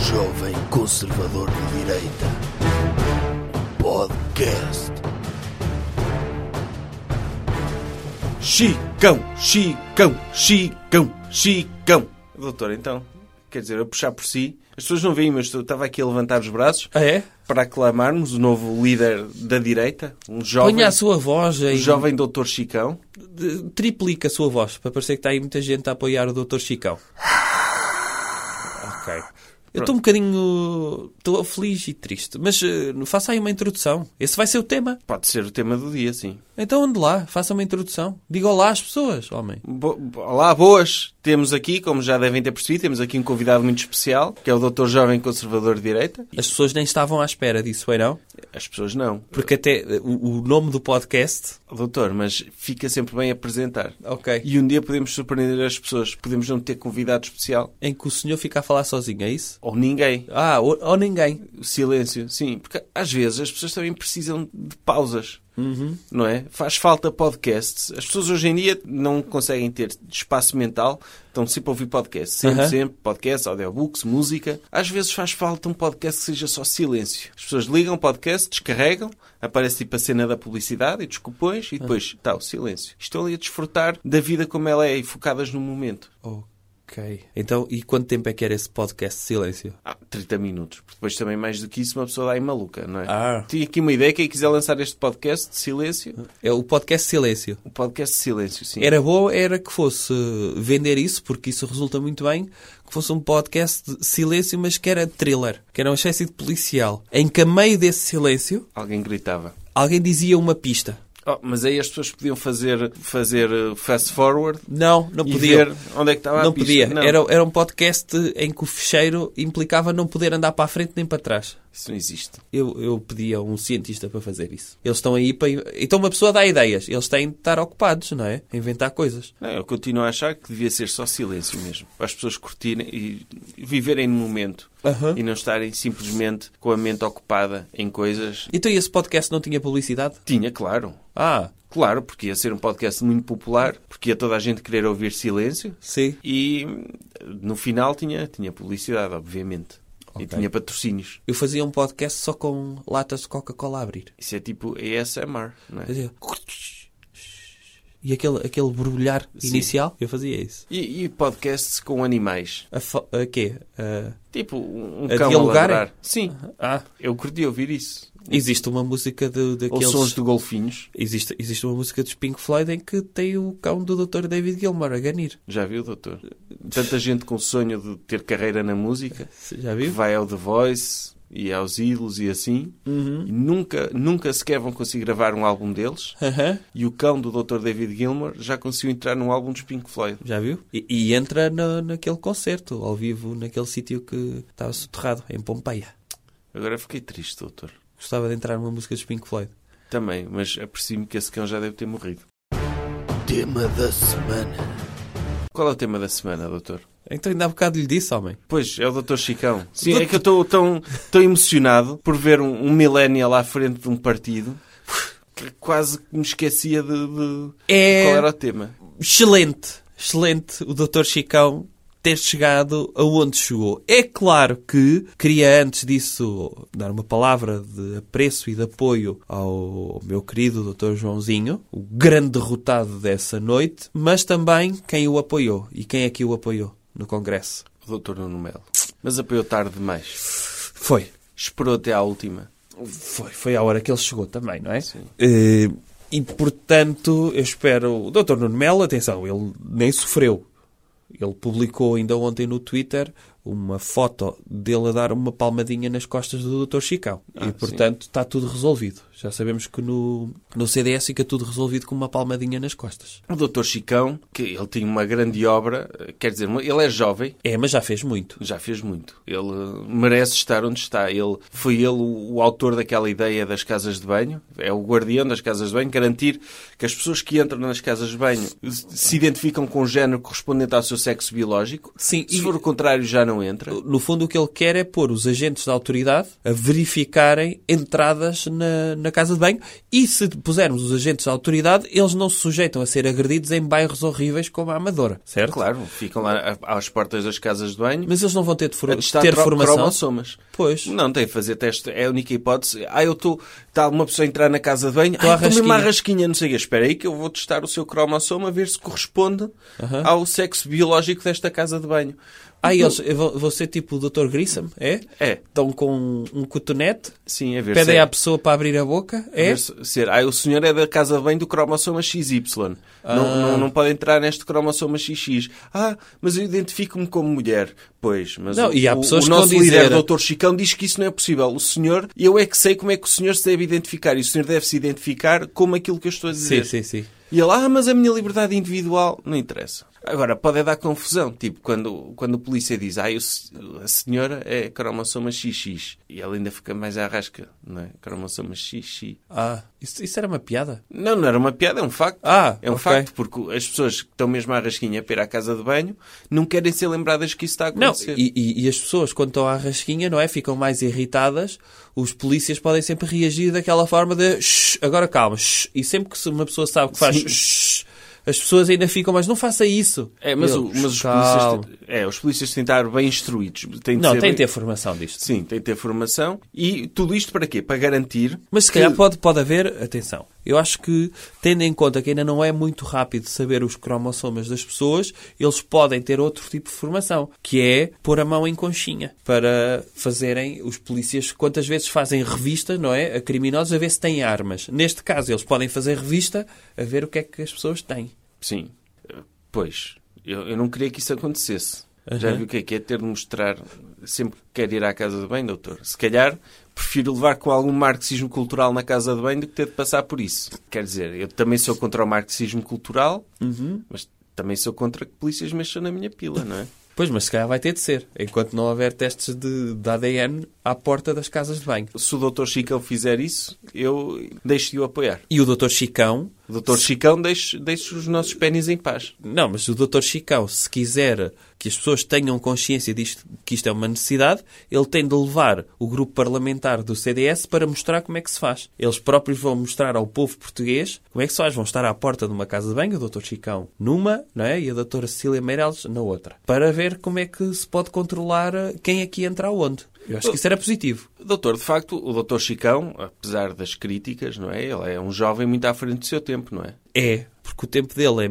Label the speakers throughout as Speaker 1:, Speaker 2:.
Speaker 1: Jovem Conservador de Direita. Podcast.
Speaker 2: Chicão, Chicão, Chicão, Chicão. Doutor, então, quer dizer, eu puxar por si, as pessoas não veem, mas eu estava aqui a levantar os braços
Speaker 3: Ah, é?
Speaker 2: para aclamarmos o novo líder da direita, um jovem,
Speaker 3: Ponha a sua voz
Speaker 2: um
Speaker 3: aí.
Speaker 2: jovem doutor Chicão.
Speaker 3: De- Triplica a sua voz, para parecer que está aí muita gente a apoiar o Dr. Chicão. Ok. Eu estou um bocadinho... Estou feliz e triste. Mas eh, faça aí uma introdução. Esse vai ser o tema.
Speaker 2: Pode ser o tema do dia, sim.
Speaker 3: Então ande lá, faça uma introdução. Diga olá às pessoas, homem.
Speaker 2: Bo- bo- Olá, boas! Temos aqui, como já devem ter percebido, temos aqui um convidado muito especial, que é o doutor jovem conservador de direita.
Speaker 3: As pessoas nem estavam à espera disso, foi não?
Speaker 2: As pessoas não.
Speaker 3: Porque até eh, o, o nome do podcast...
Speaker 2: Doutor, mas fica sempre bem apresentar.
Speaker 3: Ok.
Speaker 2: E um dia podemos surpreender as pessoas, podemos não ter convidado especial.
Speaker 3: Em que o senhor fica a falar sozinho, é isso?
Speaker 2: Ou ninguém.
Speaker 3: Ah, ou, ou ninguém.
Speaker 2: O silêncio, sim. Porque às vezes as pessoas também precisam de pausas. Não é? Faz falta podcasts. As pessoas hoje em dia não conseguem ter espaço mental, estão sempre a ouvir podcasts. Sempre,
Speaker 3: Aham.
Speaker 2: sempre. Podcasts, audiobooks, música. Às vezes faz falta um podcast que seja só silêncio. As pessoas ligam o podcast, descarregam, aparece tipo a cena da publicidade e dos cupões e depois está o silêncio. Estão ali a desfrutar da vida como ela é e focadas no momento.
Speaker 3: Ok. Então, e quanto tempo é que era esse podcast de silêncio?
Speaker 2: Ah, 30 minutos. Porque depois também mais do que isso uma pessoa dá em maluca, não é?
Speaker 3: Ah.
Speaker 2: Tinha aqui uma ideia, quem quiser lançar este podcast de silêncio,
Speaker 3: É o podcast de silêncio.
Speaker 2: o podcast de silêncio, sim.
Speaker 3: Era bom era que fosse vender isso, porque isso resulta muito bem, que fosse um podcast de silêncio, mas que era thriller, que era uma espécie de policial, em que a meio desse silêncio
Speaker 2: Alguém gritava.
Speaker 3: alguém dizia uma pista.
Speaker 2: Oh, mas aí as pessoas podiam fazer, fazer eh, fast forward
Speaker 3: Não, não
Speaker 2: e
Speaker 3: podia.
Speaker 2: ver onde é que estava a
Speaker 3: Não
Speaker 2: pista.
Speaker 3: podia.
Speaker 2: Não,
Speaker 3: Era, era um podcast em que o fecheiro implicava não poder andar para a frente nem para trás.
Speaker 2: Isso não existe.
Speaker 3: Eu, eu pedi a um cientista para fazer isso. Eles estão aí para. Então uma pessoa dá ideias. Eles têm de estar ocupados, não é? A inventar coisas.
Speaker 2: Não, eu continuo a achar que devia ser só silêncio mesmo. Para as pessoas curtirem e viverem no momento.
Speaker 3: Aham.
Speaker 2: E não estarem simplesmente com a mente ocupada em coisas.
Speaker 3: Então esse podcast não tinha publicidade?
Speaker 2: Tinha, claro.
Speaker 3: Ah,
Speaker 2: Claro, porque ia ser um podcast muito popular, porque ia toda a gente querer ouvir silêncio
Speaker 3: sim.
Speaker 2: e no final tinha, tinha publicidade, obviamente. E tinha patrocínios.
Speaker 3: Eu fazia um podcast só com latas de Coca-Cola a abrir.
Speaker 2: Isso é tipo ASMR, não é?
Speaker 3: Fazia... E aquele, aquele borbulhar inicial, eu fazia isso.
Speaker 2: E, e podcasts com animais.
Speaker 3: A, fa- a quê? A-
Speaker 2: Tipo um um
Speaker 3: A
Speaker 2: cão a
Speaker 3: dialogarem?
Speaker 2: ladrar. Sim,
Speaker 3: Ah,
Speaker 2: eu curti ouvir isso.
Speaker 3: existe uma música de,
Speaker 2: Ou
Speaker 3: daqueles...
Speaker 2: sons de golfinhos.
Speaker 3: Existe, existe uma música dos Pink Floyd em que tem o cão do Dr. David Gilmour a ganir.
Speaker 2: Já viu, doutor? Tanta gente com sonho de ter carreira na música.
Speaker 3: Você Já
Speaker 2: que
Speaker 3: viu?
Speaker 2: vai ao The Voice e aos ídolos e assim. E nunca, nunca sequer vão conseguir gravar um álbum deles.
Speaker 3: Aham.
Speaker 2: E o cão do Dr. David Gilmour já conseguiu entrar num álbum dos Pink Floyd.
Speaker 3: Já viu? E, e entra na, naquele concerto, ao vivo, naquele sítio que estava soterrado, em Pompeia.
Speaker 2: Agora fiquei triste, doutor.
Speaker 3: Gostava de entrar numa música dos Pink Floyd.
Speaker 2: Também, mas aprecio-me que esse cão já deve ter morrido.
Speaker 1: Tema da semana.
Speaker 2: Qual é o tema da semana, doutor?
Speaker 3: Então ainda há bocado lhe disse, homem.
Speaker 2: Pois, é o Dr. Chicão. Sim, é que eu estou tão, tão emocionado por ver um, um millennial à frente de um partido que quase que me esquecia de, de-
Speaker 3: É-
Speaker 2: qual era o tema.
Speaker 3: Excelente, excelente o Dr. Chicão ter chegado aonde chegou. É claro que queria antes disso dar uma palavra de apreço e de apoio ao meu querido Dr. Joãozinho, o grande derrotado dessa noite, mas também quem o apoiou. E quem é que o apoiou no Congresso?
Speaker 2: O Dr. Nuno Melo. Mas apoiou tarde demais.
Speaker 3: Foi.
Speaker 2: Esperou até à última.
Speaker 3: Foi, foi à hora que ele chegou também, não é?
Speaker 2: Sim.
Speaker 3: Eh, e, portanto, eu espero... O Dr. Nuno Melo, atenção, ele nem sofreu. Ele publicou ainda ontem no Twitter uma foto dele a dar uma palmadinha nas costas do Dr. Chicão.
Speaker 2: Ah, sim.
Speaker 3: e, portanto, está tudo resolvido. Já sabemos que no, no CDS fica tudo resolvido com uma palmadinha nas costas.
Speaker 2: O Dr. Chicão, que ele tinha uma grande obra, quer dizer, ele é jovem,
Speaker 3: É, mas já fez muito.
Speaker 2: Já fez muito. Ele eh, merece estar onde está. Ele foi ele o, o autor daquela ideia das casas de banho. É o guardião das casas de banho, garantir que as pessoas que entram nas casas de banho se se identificam com o género correspondente ao seu sexo biológico.
Speaker 3: Sim,
Speaker 2: se
Speaker 3: e-
Speaker 2: for o contrário já não entra.
Speaker 3: No fundo, o que ele quer é pôr os agentes da autoridade a verificarem entradas na, na na casa de banho. E se pusermos os agentes da autoridade, eles não se sujeitam a ser agredidos em bairros horríveis como a Amadora, certo?
Speaker 2: Claro, ficam lá a- às portas das casas de banho
Speaker 3: Mas eles não vão ter, de for-
Speaker 2: a testar
Speaker 3: ter
Speaker 2: cro-
Speaker 3: formação.
Speaker 2: cromossomas.
Speaker 3: Pois.
Speaker 2: Não, tem de fazer teste. É a única hipótese. Ah, eu estou... Está uma pessoa a entrar na casa de banho.
Speaker 3: Tô à
Speaker 2: Ah, tomei uma
Speaker 3: rasquinha.
Speaker 2: rasquinha, não sei o quê. Espera aí que eu vou testar o seu cromossoma, ver se corresponde ao sexo biológico desta casa de banho.
Speaker 3: Ah, e eles eu vou vou ser tipo o Dr. Grissom, é?
Speaker 2: É.
Speaker 3: Estão com um cotonete,
Speaker 2: Sim, a ver se
Speaker 3: pedem
Speaker 2: é-
Speaker 3: à pessoa para abrir a boca, é?
Speaker 2: ver se- ser. Ah, o senhor é da casa de banho do cromossoma XY.
Speaker 3: Ah.
Speaker 2: Não, não, não pode entrar neste cromossoma XX. Ah, mas eu identifico-me como mulher. Pois, mas
Speaker 3: Não,
Speaker 2: o,
Speaker 3: e há
Speaker 2: o-
Speaker 3: pessoas
Speaker 2: o
Speaker 3: que
Speaker 2: nosso
Speaker 3: vão
Speaker 2: líder,
Speaker 3: dizer-
Speaker 2: Dr. Chicão, diz que isso não é possível. O senhor, eu é que sei como é que o senhor se deve identificar. E o senhor deve se identificar como aquilo que eu estou a
Speaker 3: Sim,
Speaker 2: dizer.
Speaker 3: sim, sim.
Speaker 2: E ele, ah, mas a minha liberdade individual não interessa. Agora, pode é dar confusão. Tipo, quando, quando o polícia diz, ah, eu se- a senhora é cromossoma XX. E ela ainda fica mais à rasca, não é? Cromossoma XX.
Speaker 3: Ah, isso, isso era uma piada?
Speaker 2: Não, não era uma piada, é um facto.
Speaker 3: Ah,
Speaker 2: é um
Speaker 3: ok.
Speaker 2: facto, porque as pessoas que estão mesmo à rasquinha para ir à casa de banho não querem ser lembradas que isso está a
Speaker 3: Não,
Speaker 2: acontecer.
Speaker 3: e, e- e as pessoas, quando estão à rasquinha, não é? Ficam mais irritadas. Os polícias podem sempre reagir daquela forma de "Shh, agora calma, shh." E sempre que se- uma pessoa sabe que faz
Speaker 2: Sim.
Speaker 3: shh, as pessoas ainda ficam mais, não faça isso.
Speaker 2: É, mas,
Speaker 3: Eu,
Speaker 2: o- mas os,
Speaker 3: "Calma."
Speaker 2: polícias, é, os polícias têm de estar bem instruídos. Têm de
Speaker 3: Não,
Speaker 2: ser
Speaker 3: tem de
Speaker 2: bem-
Speaker 3: ter formação disto.
Speaker 2: Sim, têm de ter formação. E tudo isto para quê? Para garantir...
Speaker 3: Mas se
Speaker 2: que-
Speaker 3: calhar pode, pode haver, atenção, eu acho que, tendo em conta que ainda não é muito rápido saber os cromossomas das pessoas, eles podem ter outro tipo de formação, que é pôr a mão em conchinha, para fazerem os polícias, quantas vezes fazem revistas, não é? A criminosos a ver se têm armas. Neste caso, eles podem fazer revista a ver o que é que as pessoas têm.
Speaker 2: Sim. Pois, eu, eu não queria que isso acontecesse. Já vi o que é que é ter de mostrar... Sempre que quero ir à casa de banho, doutor. Se calhar... Prefiro levar com algum marxismo cultural na casa de banho do que ter de passar por isso. Quer dizer, eu também sou contra o marxismo cultural, mas também sou contra que polícias mexam na minha pila, não é?
Speaker 3: Pois, mas se calhar vai ter de ser, enquanto não houver testes de, de ADN à porta das casas de banho.
Speaker 2: Se o Dr. Chicão fizer isso, eu deixo de o apoiar.
Speaker 3: E o Dr. Chicão
Speaker 2: O Dr. Chicão deixa, deixa os nossos pênis em paz.
Speaker 3: Não, mas o Dr. Chicão, se quiser que as pessoas tenham consciência disto, que isto é uma necessidade, ele tem de levar o grupo parlamentar do CDS para mostrar como é que se faz. Eles próprios vão mostrar ao povo português como é que se faz. Vão estar à porta de uma casa de banho, o Dr. Chicão numa, não é? E a Dra. Cecília Meirelles na outra. Para ver como é que se pode controlar eh, quem aqui entra aonde. Eu acho que isso era positivo.
Speaker 2: Doutor, de facto, o Dr. Chicão, apesar das críticas, não é? Ele é um jovem muito à frente do seu tempo, não é?
Speaker 3: É, porque o tempo dele é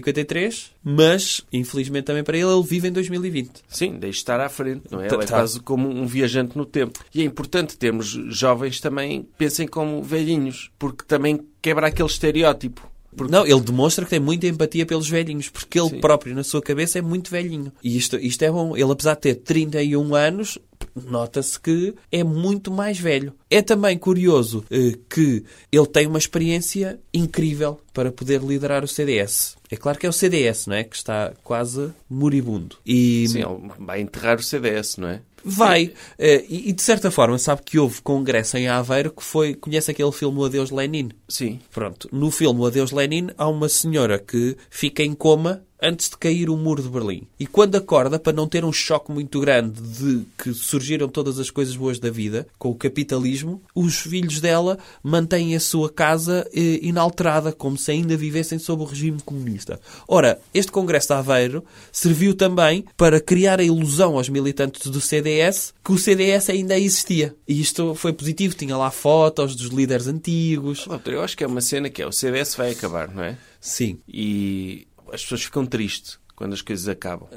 Speaker 3: 1953, mas, infelizmente também para ele, ele vive em 2020.
Speaker 2: Sim, deixe estar à frente, não é?
Speaker 3: Tá,
Speaker 2: Ele é
Speaker 3: tá.
Speaker 2: quase como um viajante no tempo. E é importante termos jovens também pensem como velhinhos, porque também quebra aquele estereótipo. Porque
Speaker 3: Não, ele demonstra que tem muita empatia pelos velhinhos, porque ele
Speaker 2: Sim.
Speaker 3: próprio, na sua cabeça, é muito velhinho. E isto, isto é bom. Ele, apesar de ter 31 anos, nota-se que é muito mais velho. É também curioso eh, que ele tem uma experiência incrível para poder liderar o CDS. É claro que é o CDS, não é? Que está quase moribundo. E
Speaker 2: Sim, ele vai enterrar o CDS, não é?
Speaker 3: vai. Eh, e, e, de certa forma, sabe que houve congresso em Aveiro que foi... Conhece aquele filme O Adeus Lenin?
Speaker 2: Sim.
Speaker 3: Pronto, no filme O Adeus Lenin há uma senhora que fica em coma antes de cair o muro de Berlim. E quando acorda, para não ter um choque muito grande de que surgiram todas as coisas boas da vida, com o capitalismo, os filhos dela mantêm a sua casa eh, inalterada, como se ainda vivessem sob o regime comunista. Ora, este Congresso de Aveiro serviu também para criar a ilusão aos militantes do CDS que o CDS ainda existia. E isto foi positivo, tinha lá fotos dos líderes antigos.
Speaker 2: Doutor, eu acho que é uma cena que é o CDS vai acabar, não é?
Speaker 3: Sim.
Speaker 2: E as pessoas ficam tristes quando as coisas acabam.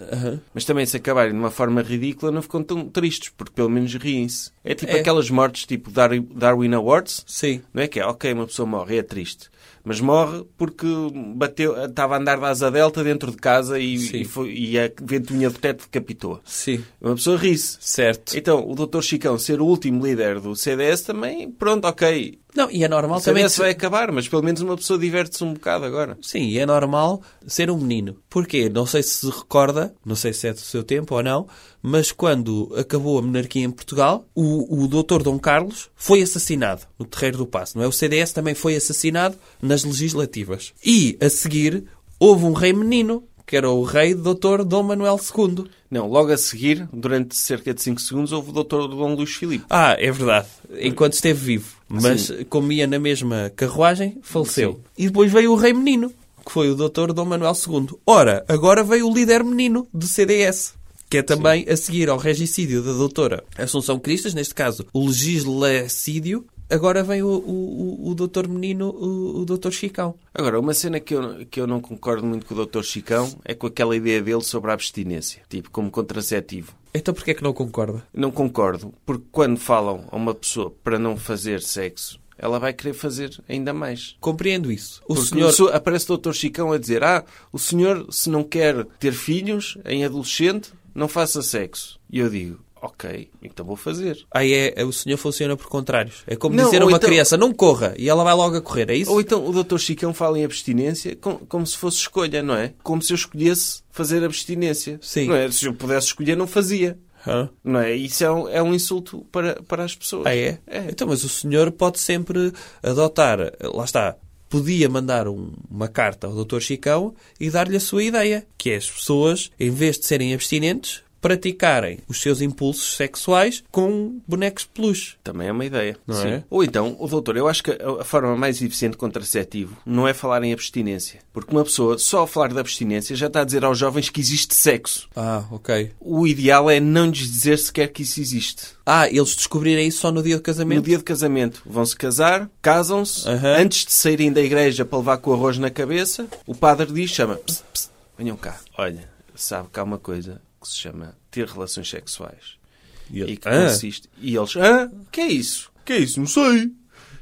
Speaker 2: Mas também se acabarem de uma forma ridícula não ficam tão tristes, porque pelo menos riem-se. É tipo
Speaker 3: É.
Speaker 2: aquelas mortes tipo Dar- Darwin Awards,
Speaker 3: Sim.
Speaker 2: não é que é? Ok, uma pessoa morre, é triste. Mas morre porque bateu, estava a andar da asa delta dentro de casa e,
Speaker 3: Sim.
Speaker 2: e, foi- e a ventoinha do teto decapitou.
Speaker 3: Sim.
Speaker 2: Uma pessoa ri-se.
Speaker 3: Certo.
Speaker 2: Então, o Dr. Chicão ser o último líder do CDS também, pronto, ok.
Speaker 3: Não, e é normal
Speaker 2: O CDS
Speaker 3: também...
Speaker 2: vai acabar, mas pelo menos uma pessoa diverte-se um bocado agora.
Speaker 3: Sim, e é normal ser um menino. Porquê? Não sei se se recorda, não sei se é do seu tempo ou não, mas quando acabou a monarquia em Portugal, o, o doutor Dom Carlos foi assassinado no Terreiro do Passo, não é? O CDS também foi assassinado nas legislativas. E, a seguir, houve um rei menino, que era o rei doutor Dom Manuel II.
Speaker 2: Não, logo a seguir, durante cerca de 5 segundos, houve o Dr. Dom Luís Filipe.
Speaker 3: Ah, é verdade. Enquanto esteve vivo. Mas como ia na mesma carruagem, faleceu. E depois veio o rei menino, que foi o doutor Dom Manuel II. Ora, agora veio o líder menino do CDS. Que é também a seguir ao regicídio da doutora Assunção Cristas, neste caso o legislacídio, agora vem o, o, o- o doutor menino, o, o doutor Chicão.
Speaker 2: Agora, uma cena que eu, que eu não concordo muito com o Dr. Chicão é com aquela ideia dele sobre a abstinência, tipo, como contraceptivo.
Speaker 3: Então porquê é que não concorda?
Speaker 2: Não concordo, porque quando falam a uma pessoa para não fazer sexo, ela vai querer fazer ainda mais.
Speaker 3: Compreendo isso. O
Speaker 2: Porque
Speaker 3: senhor...
Speaker 2: su- aparece o Dr. Chicão a dizer: Ah, o senhor, se não quer ter filhos em adolescente, não faça sexo. E eu digo: Ok, então vou fazer.
Speaker 3: Aí é, é- o senhor funciona por contrários. É como
Speaker 2: Não,
Speaker 3: dizer a
Speaker 2: ou
Speaker 3: uma
Speaker 2: então-
Speaker 3: criança, não corra, e ela vai logo a correr, é isso?
Speaker 2: Ou então o Dr. Chicão fala em abstinência com- como se fosse escolha, não é? Como se eu escolhesse fazer abstinência.
Speaker 3: Sim.
Speaker 2: Não é? Se eu pudesse escolher, não fazia.
Speaker 3: Hã?
Speaker 2: Não é? Isso é um, é um insulto para, para as pessoas.
Speaker 3: Ah, é? Então, mas o senhor pode sempre adotar, lá está, podia mandar um- uma carta ao Dr. Chicão e dar-lhe a sua ideia, que é as pessoas, em vez de serem abstinentes, praticarem os seus impulsos sexuais com bonecos de peluche.
Speaker 2: Também é uma ideia.
Speaker 3: Não
Speaker 2: Sim.
Speaker 3: é?
Speaker 2: Ou então, o doutor, eu acho que a a forma mais eficiente de contraceptivo não é falar em abstinência. Porque uma pessoa, só a falar de abstinência, já está a dizer aos jovens que existe sexo.
Speaker 3: Ah, ok.
Speaker 2: O ideal é não lhes dizer sequer que isso existe.
Speaker 3: Ah, eles descobrirem isso só no dia do casamento?
Speaker 2: No dia de casamento, vão-se casar, casam-se,
Speaker 3: Aham.
Speaker 2: antes de saírem da igreja para levar com o arroz na cabeça, o padre diz, chama, "Psst, psst, venham cá. Olha, sabe que há uma coisa que se chama ter relações sexuais.
Speaker 3: E ele-
Speaker 2: E que
Speaker 3: Ah.
Speaker 2: consiste... E eles, hã? que é isso? que é isso? Não sei.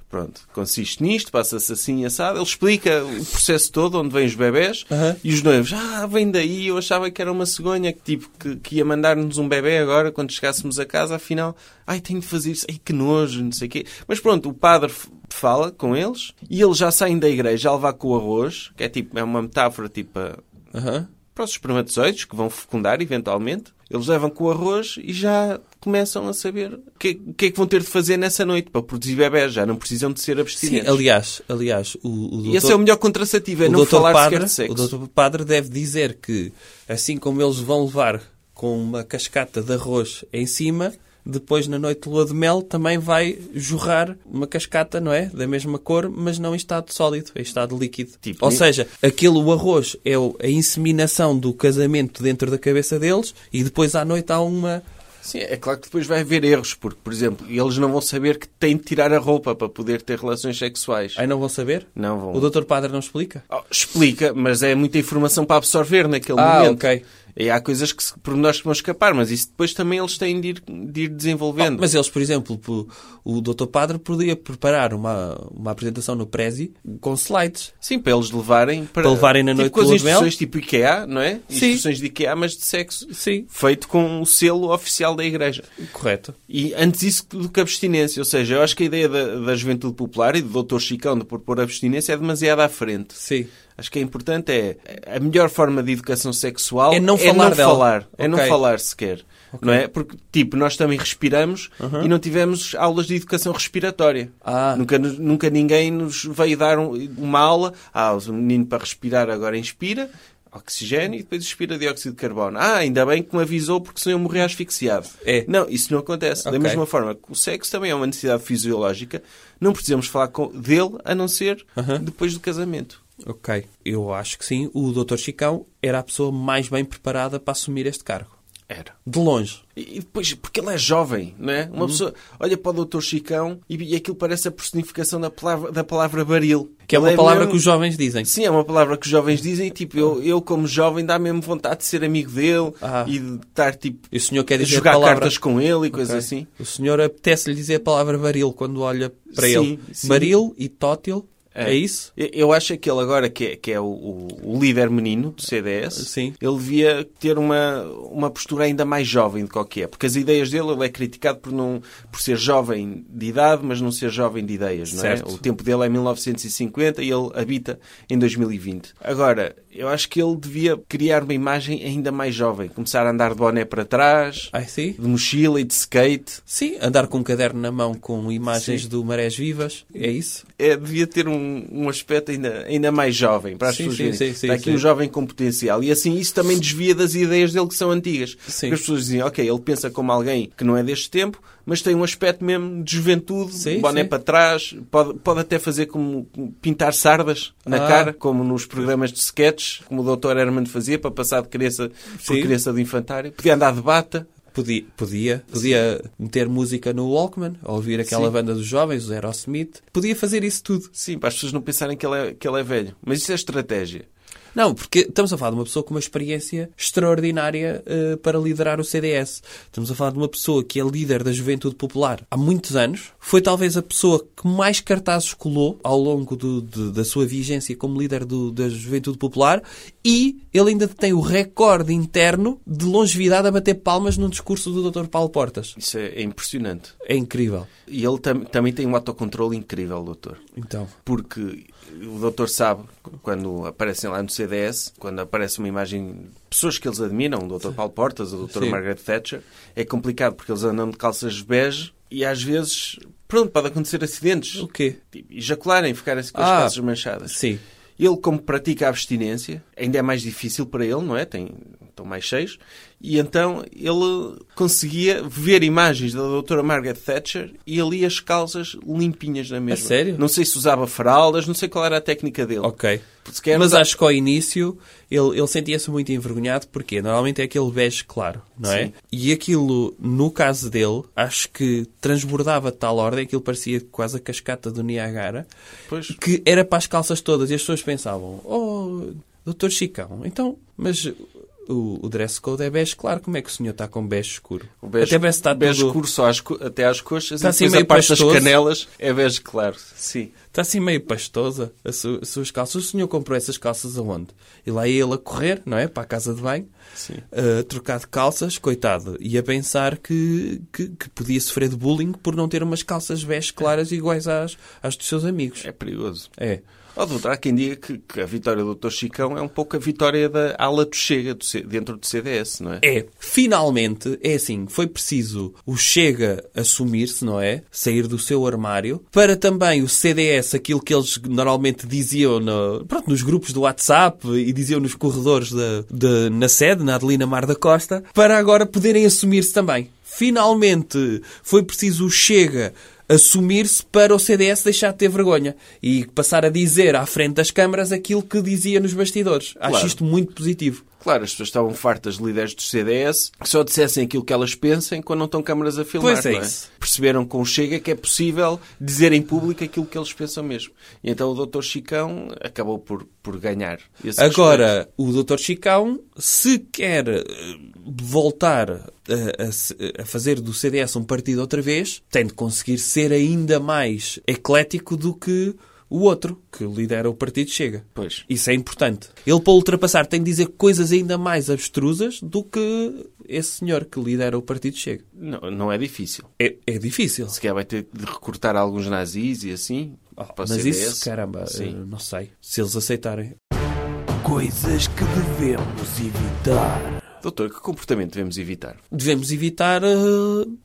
Speaker 2: Pronto, consiste nisto, passa-se assim assado. Ele explica o processo todo, onde vêm os bebés
Speaker 3: Aham.
Speaker 2: e os noivos. Ah, vem daí, eu achava que era uma cegonha que, tipo, que, que ia mandar-nos um bebê agora quando chegássemos a casa. Afinal, ai, tenho de fazer isso, ai, que nojo, não sei o quê. Mas pronto, o padre f- fala com eles e eles já saem da igreja a levar com o arroz, que é tipo, é uma metáfora tipo a-
Speaker 3: Aham.
Speaker 2: para os espermatozoides que vão fecundar eventualmente. Eles levam com o arroz e já começam a saber o que, o que é que vão ter de fazer nessa noite para produzir bebés. Já não precisam de ser
Speaker 3: Sim,
Speaker 2: abstinentes.
Speaker 3: aliás, aliás, o, o doutor...
Speaker 2: E esse é o melhor contraceptivo, é
Speaker 3: o
Speaker 2: não
Speaker 3: doutor
Speaker 2: falar
Speaker 3: padre,
Speaker 2: sequer de sexo.
Speaker 3: O doutor padre deve dizer que, assim como eles vão levar com uma cascata de arroz em cima, depois na noite de lua de mel também vai jorrar uma cascata, não é? Da mesma cor, mas não em estado sólido, em estado líquido.
Speaker 2: Tipo,
Speaker 3: Ou
Speaker 2: né?
Speaker 3: seja, aquele o arroz é o- a inseminação do casamento dentro da cabeça deles e depois à noite há uma...
Speaker 2: Sim, é claro que depois vai haver erros, porque, por exemplo, eles não vão saber que têm de tirar a roupa para poder ter relações sexuais.
Speaker 3: Aí não vão saber?
Speaker 2: Não vão.
Speaker 3: O doutor padre não explica?
Speaker 2: Oh, explica, mas é muita informação para absorver naquele
Speaker 3: Ah,
Speaker 2: momento.
Speaker 3: ok.
Speaker 2: E há coisas que, se- por nós que vão escapar, mas isso depois também eles têm de ir, de ir desenvolvendo.
Speaker 3: Ah, Oh, Mas eles, por exemplo, po- o Dr. Padre podia preparar uma, uma apresentação no Prezi com slides.
Speaker 2: Sim, para eles levarem para,
Speaker 3: Para levarem na
Speaker 2: tipo,
Speaker 3: noite
Speaker 2: com as
Speaker 3: do Lua de Mel?
Speaker 2: instruções tipo IKEA, não é?
Speaker 3: Sim.
Speaker 2: Instruções de IKEA, mas de sexo.
Speaker 3: Sim.
Speaker 2: Feito com o selo oficial da igreja.
Speaker 3: Correto.
Speaker 2: E antes isso do que abstinência. Ou seja, eu acho que a ideia da, da juventude popular e do Dr. Chicão de propor abstinência é demasiado à frente.
Speaker 3: Sim.
Speaker 2: Acho que é importante é a melhor forma de educação sexual
Speaker 3: É não falar dela.
Speaker 2: falar, é não
Speaker 3: Ok.
Speaker 2: falar sequer, não é? Porque tipo nós também respiramos e não tivemos aulas de educação respiratória.
Speaker 3: Ah.
Speaker 2: Nunca, nos- nunca ninguém nos veio dar um- uma aula. Ah, o menino para respirar agora inspira oxigênio e depois expira dióxido de carbono. Ah, ainda bem que me avisou porque senão eu morria asfixiado.
Speaker 3: É.
Speaker 2: Não, isso não acontece. Da
Speaker 3: Ok.
Speaker 2: mesma forma que o sexo também é uma necessidade fisiológica, não precisamos falar com, dele a não ser
Speaker 3: Aham.
Speaker 2: depois do casamento.
Speaker 3: Ok. Eu acho que sim. O Dr. Chicão era a pessoa mais bem preparada para assumir este cargo.
Speaker 2: Era.
Speaker 3: De longe.
Speaker 2: E e depois, porque ele é jovem, não é?
Speaker 3: Uhum.
Speaker 2: Uma pessoa olha para o Dr. Chicão e, e aquilo parece a personificação da palavra, da palavra baril.
Speaker 3: Que é
Speaker 2: Ele
Speaker 3: uma palavra
Speaker 2: mesmo-
Speaker 3: que os jovens dizem.
Speaker 2: Sim, é uma palavra que os jovens dizem e, tipo, eu, eu como jovem dá mesmo vontade de ser amigo dele
Speaker 3: Ah.
Speaker 2: e de estar, tipo,
Speaker 3: E o senhor quer
Speaker 2: a
Speaker 3: dizer
Speaker 2: jogar
Speaker 3: palavra...
Speaker 2: cartas com ele e coisas
Speaker 3: Ok.
Speaker 2: assim.
Speaker 3: O senhor apetece-lhe dizer a palavra baril quando olha para
Speaker 2: Sim,
Speaker 3: ele.
Speaker 2: sim.
Speaker 3: Baril e tótil. É, isso?
Speaker 2: Eu- Eu acho que ele agora, que é, que é o, o- o líder menino do CDS,
Speaker 3: Sim.
Speaker 2: ele devia ter uma, uma postura ainda mais jovem de qualquer. Porque as ideias dele, ele é criticado por, não, por ser jovem de idade, mas não ser jovem de ideias, não
Speaker 3: Certo.
Speaker 2: é? O tempo dele é 1950 e ele habita em 2020. Agora, eu acho que ele devia criar uma imagem ainda mais jovem. Começar a andar de boné para trás,
Speaker 3: Ai, Ah, sim.
Speaker 2: de mochila e de skate.
Speaker 3: Sim. Andar com um caderno na mão com imagens do Marés Vivas. É isso?
Speaker 2: É, devia ter um, um, um aspecto ainda, ainda mais jovem, para as
Speaker 3: Sim,
Speaker 2: pessoas
Speaker 3: sim,
Speaker 2: verem.
Speaker 3: sim, sim,
Speaker 2: Está aqui
Speaker 3: sim.
Speaker 2: um jovem com potencial. E assim, isso também desvia das ideias dele que são antigas.
Speaker 3: Sim.
Speaker 2: Porque as pessoas dizem, ok, ele pensa como alguém que não é deste tempo, mas tem um aspecto mesmo de juventude,
Speaker 3: Sim,
Speaker 2: boné
Speaker 3: sim.
Speaker 2: para trás, pode, pode até fazer como como pintar sardas na
Speaker 3: Ah.
Speaker 2: cara, como nos programas de sketch, como o Dr. Herman fazia para passar de criança por
Speaker 3: Sim.
Speaker 2: criança de infantário. Podia andar de bata.
Speaker 3: Podia, podia, podia meter música no Walkman, ouvir aquela
Speaker 2: Sim.
Speaker 3: banda dos jovens, o Aerosmith. Podia fazer isso tudo.
Speaker 2: Sim, para as pessoas não pensarem que ele é, que ele é velho. Mas isso é estratégia.
Speaker 3: Não, porque estamos a falar de uma pessoa com uma experiência extraordinária eh, para liderar o CDS. Estamos a falar de uma pessoa que é líder da juventude popular há muitos anos. Foi talvez a pessoa que mais cartazes colou ao longo do- de- da sua vigência como líder do- da juventude popular e ele ainda tem o recorde interno de longevidade a bater palmas num discurso do Dr. Paulo Portas.
Speaker 2: Isso é, é impressionante.
Speaker 3: É incrível.
Speaker 2: E ele tam- também tem um autocontrole incrível, doutor.
Speaker 3: Então,
Speaker 2: porque o doutor sabe, quando aparecem lá no CDS, quando aparece uma imagem de pessoas que eles admiram, o doutor Paulo Portas, a doutora
Speaker 3: Sim.
Speaker 2: Margaret Thatcher, é complicado porque eles andam de calças bege e às vezes, pronto, pode acontecer acidentes.
Speaker 3: o quê?
Speaker 2: Tipo, Ejacularem, ficarem com as
Speaker 3: Ah,
Speaker 2: calças manchadas.
Speaker 3: Sim.
Speaker 2: Ele, como pratica a abstinência, ainda é mais difícil para ele, não é? Tem, estão mais cheios. E então ele conseguia ver imagens da doutora Margaret Thatcher e ali as calças limpinhas na mesma.
Speaker 3: sério?
Speaker 2: Não sei se usava fraldas, não sei qual era a técnica dele.
Speaker 3: Ok.
Speaker 2: Se calhar
Speaker 3: Mas
Speaker 2: usava-
Speaker 3: acho que ao início ele, ele sentia-se muito envergonhado, porque normalmente é aquele bege claro, não é?
Speaker 2: Sim.
Speaker 3: E aquilo, no caso dele, acho que transbordava de tal ordem, aquilo parecia quase a cascata do Niagara,
Speaker 2: Pois.
Speaker 3: que era para as calças todas. E as pessoas pensavam, oh, doutor Chicão, então, mas... O, o dress code é bege claro. Como é que o senhor está com bege escuro?
Speaker 2: O bege,
Speaker 3: Até parece que está
Speaker 2: bege
Speaker 3: tudo...
Speaker 2: escuro só às co- até às coxas
Speaker 3: Está
Speaker 2: e
Speaker 3: assim
Speaker 2: depois a
Speaker 3: meio
Speaker 2: parte
Speaker 3: pastoso.
Speaker 2: das canelas é bege claro. Sim.
Speaker 3: Está assim meio pastosa as su- as suas calças. O senhor comprou essas calças aonde? E lá ia ele a correr, não é? Para a casa de banho.
Speaker 2: Sim.
Speaker 3: A trocar de calças, coitado. E a pensar que, que, que podia sofrer de bullying por não ter umas calças bege claras iguais às, às dos seus amigos.
Speaker 2: É perigoso.
Speaker 3: É.
Speaker 2: Ó, doutor, há quem diga que, que a vitória do doutor Chicão é um pouco a vitória da ala do Chega do C- dentro do CDS, não é?
Speaker 3: É, finalmente, é assim, foi preciso o Chega assumir-se, não é? Sair do seu armário, para também o CDS, aquilo que eles normalmente diziam no- pronto, nos grupos do WhatsApp e diziam nos corredores da da- na sede, na Adelina Mar da Costa, para agora poderem assumir-se também. Finalmente, foi preciso o Chega assumir-se para o CDS deixar de ter vergonha e passar a dizer à frente das câmaras aquilo que dizia nos bastidores. Acho
Speaker 2: Claro.
Speaker 3: isto muito positivo.
Speaker 2: Claro, as pessoas estavam fartas de líderes do CDS que só dissessem aquilo que elas pensam quando não estão câmaras a filmar.
Speaker 3: Pois é
Speaker 2: não
Speaker 3: isso.
Speaker 2: Perceberam com o Chega que é possível dizer em público aquilo que eles pensam mesmo. E então o Dr. Chicão acabou por, por ganhar. esse respeito.
Speaker 3: Agora, o Dr. Chicão, se quer eh, voltar a, a se- a fazer do CDS um partido outra vez, tem de conseguir ser ainda mais eclético do que o outro que lidera o partido chega.
Speaker 2: Pois.
Speaker 3: Isso é importante. Ele, para ultrapassar, tem de dizer coisas ainda mais abstrusas do que esse senhor que lidera o partido chega.
Speaker 2: Não, não é difícil.
Speaker 3: É, é difícil.
Speaker 2: Se calhar vai ter de recortar alguns nazis e assim.
Speaker 3: Oh,
Speaker 2: para o
Speaker 3: mas
Speaker 2: CDS.
Speaker 3: isso, caramba,
Speaker 2: Sim.
Speaker 3: eh, não sei. Se eles aceitarem.
Speaker 1: Coisas que devemos evitar.
Speaker 2: Doutor, que comportamento devemos evitar?
Speaker 3: devemos evitar eh,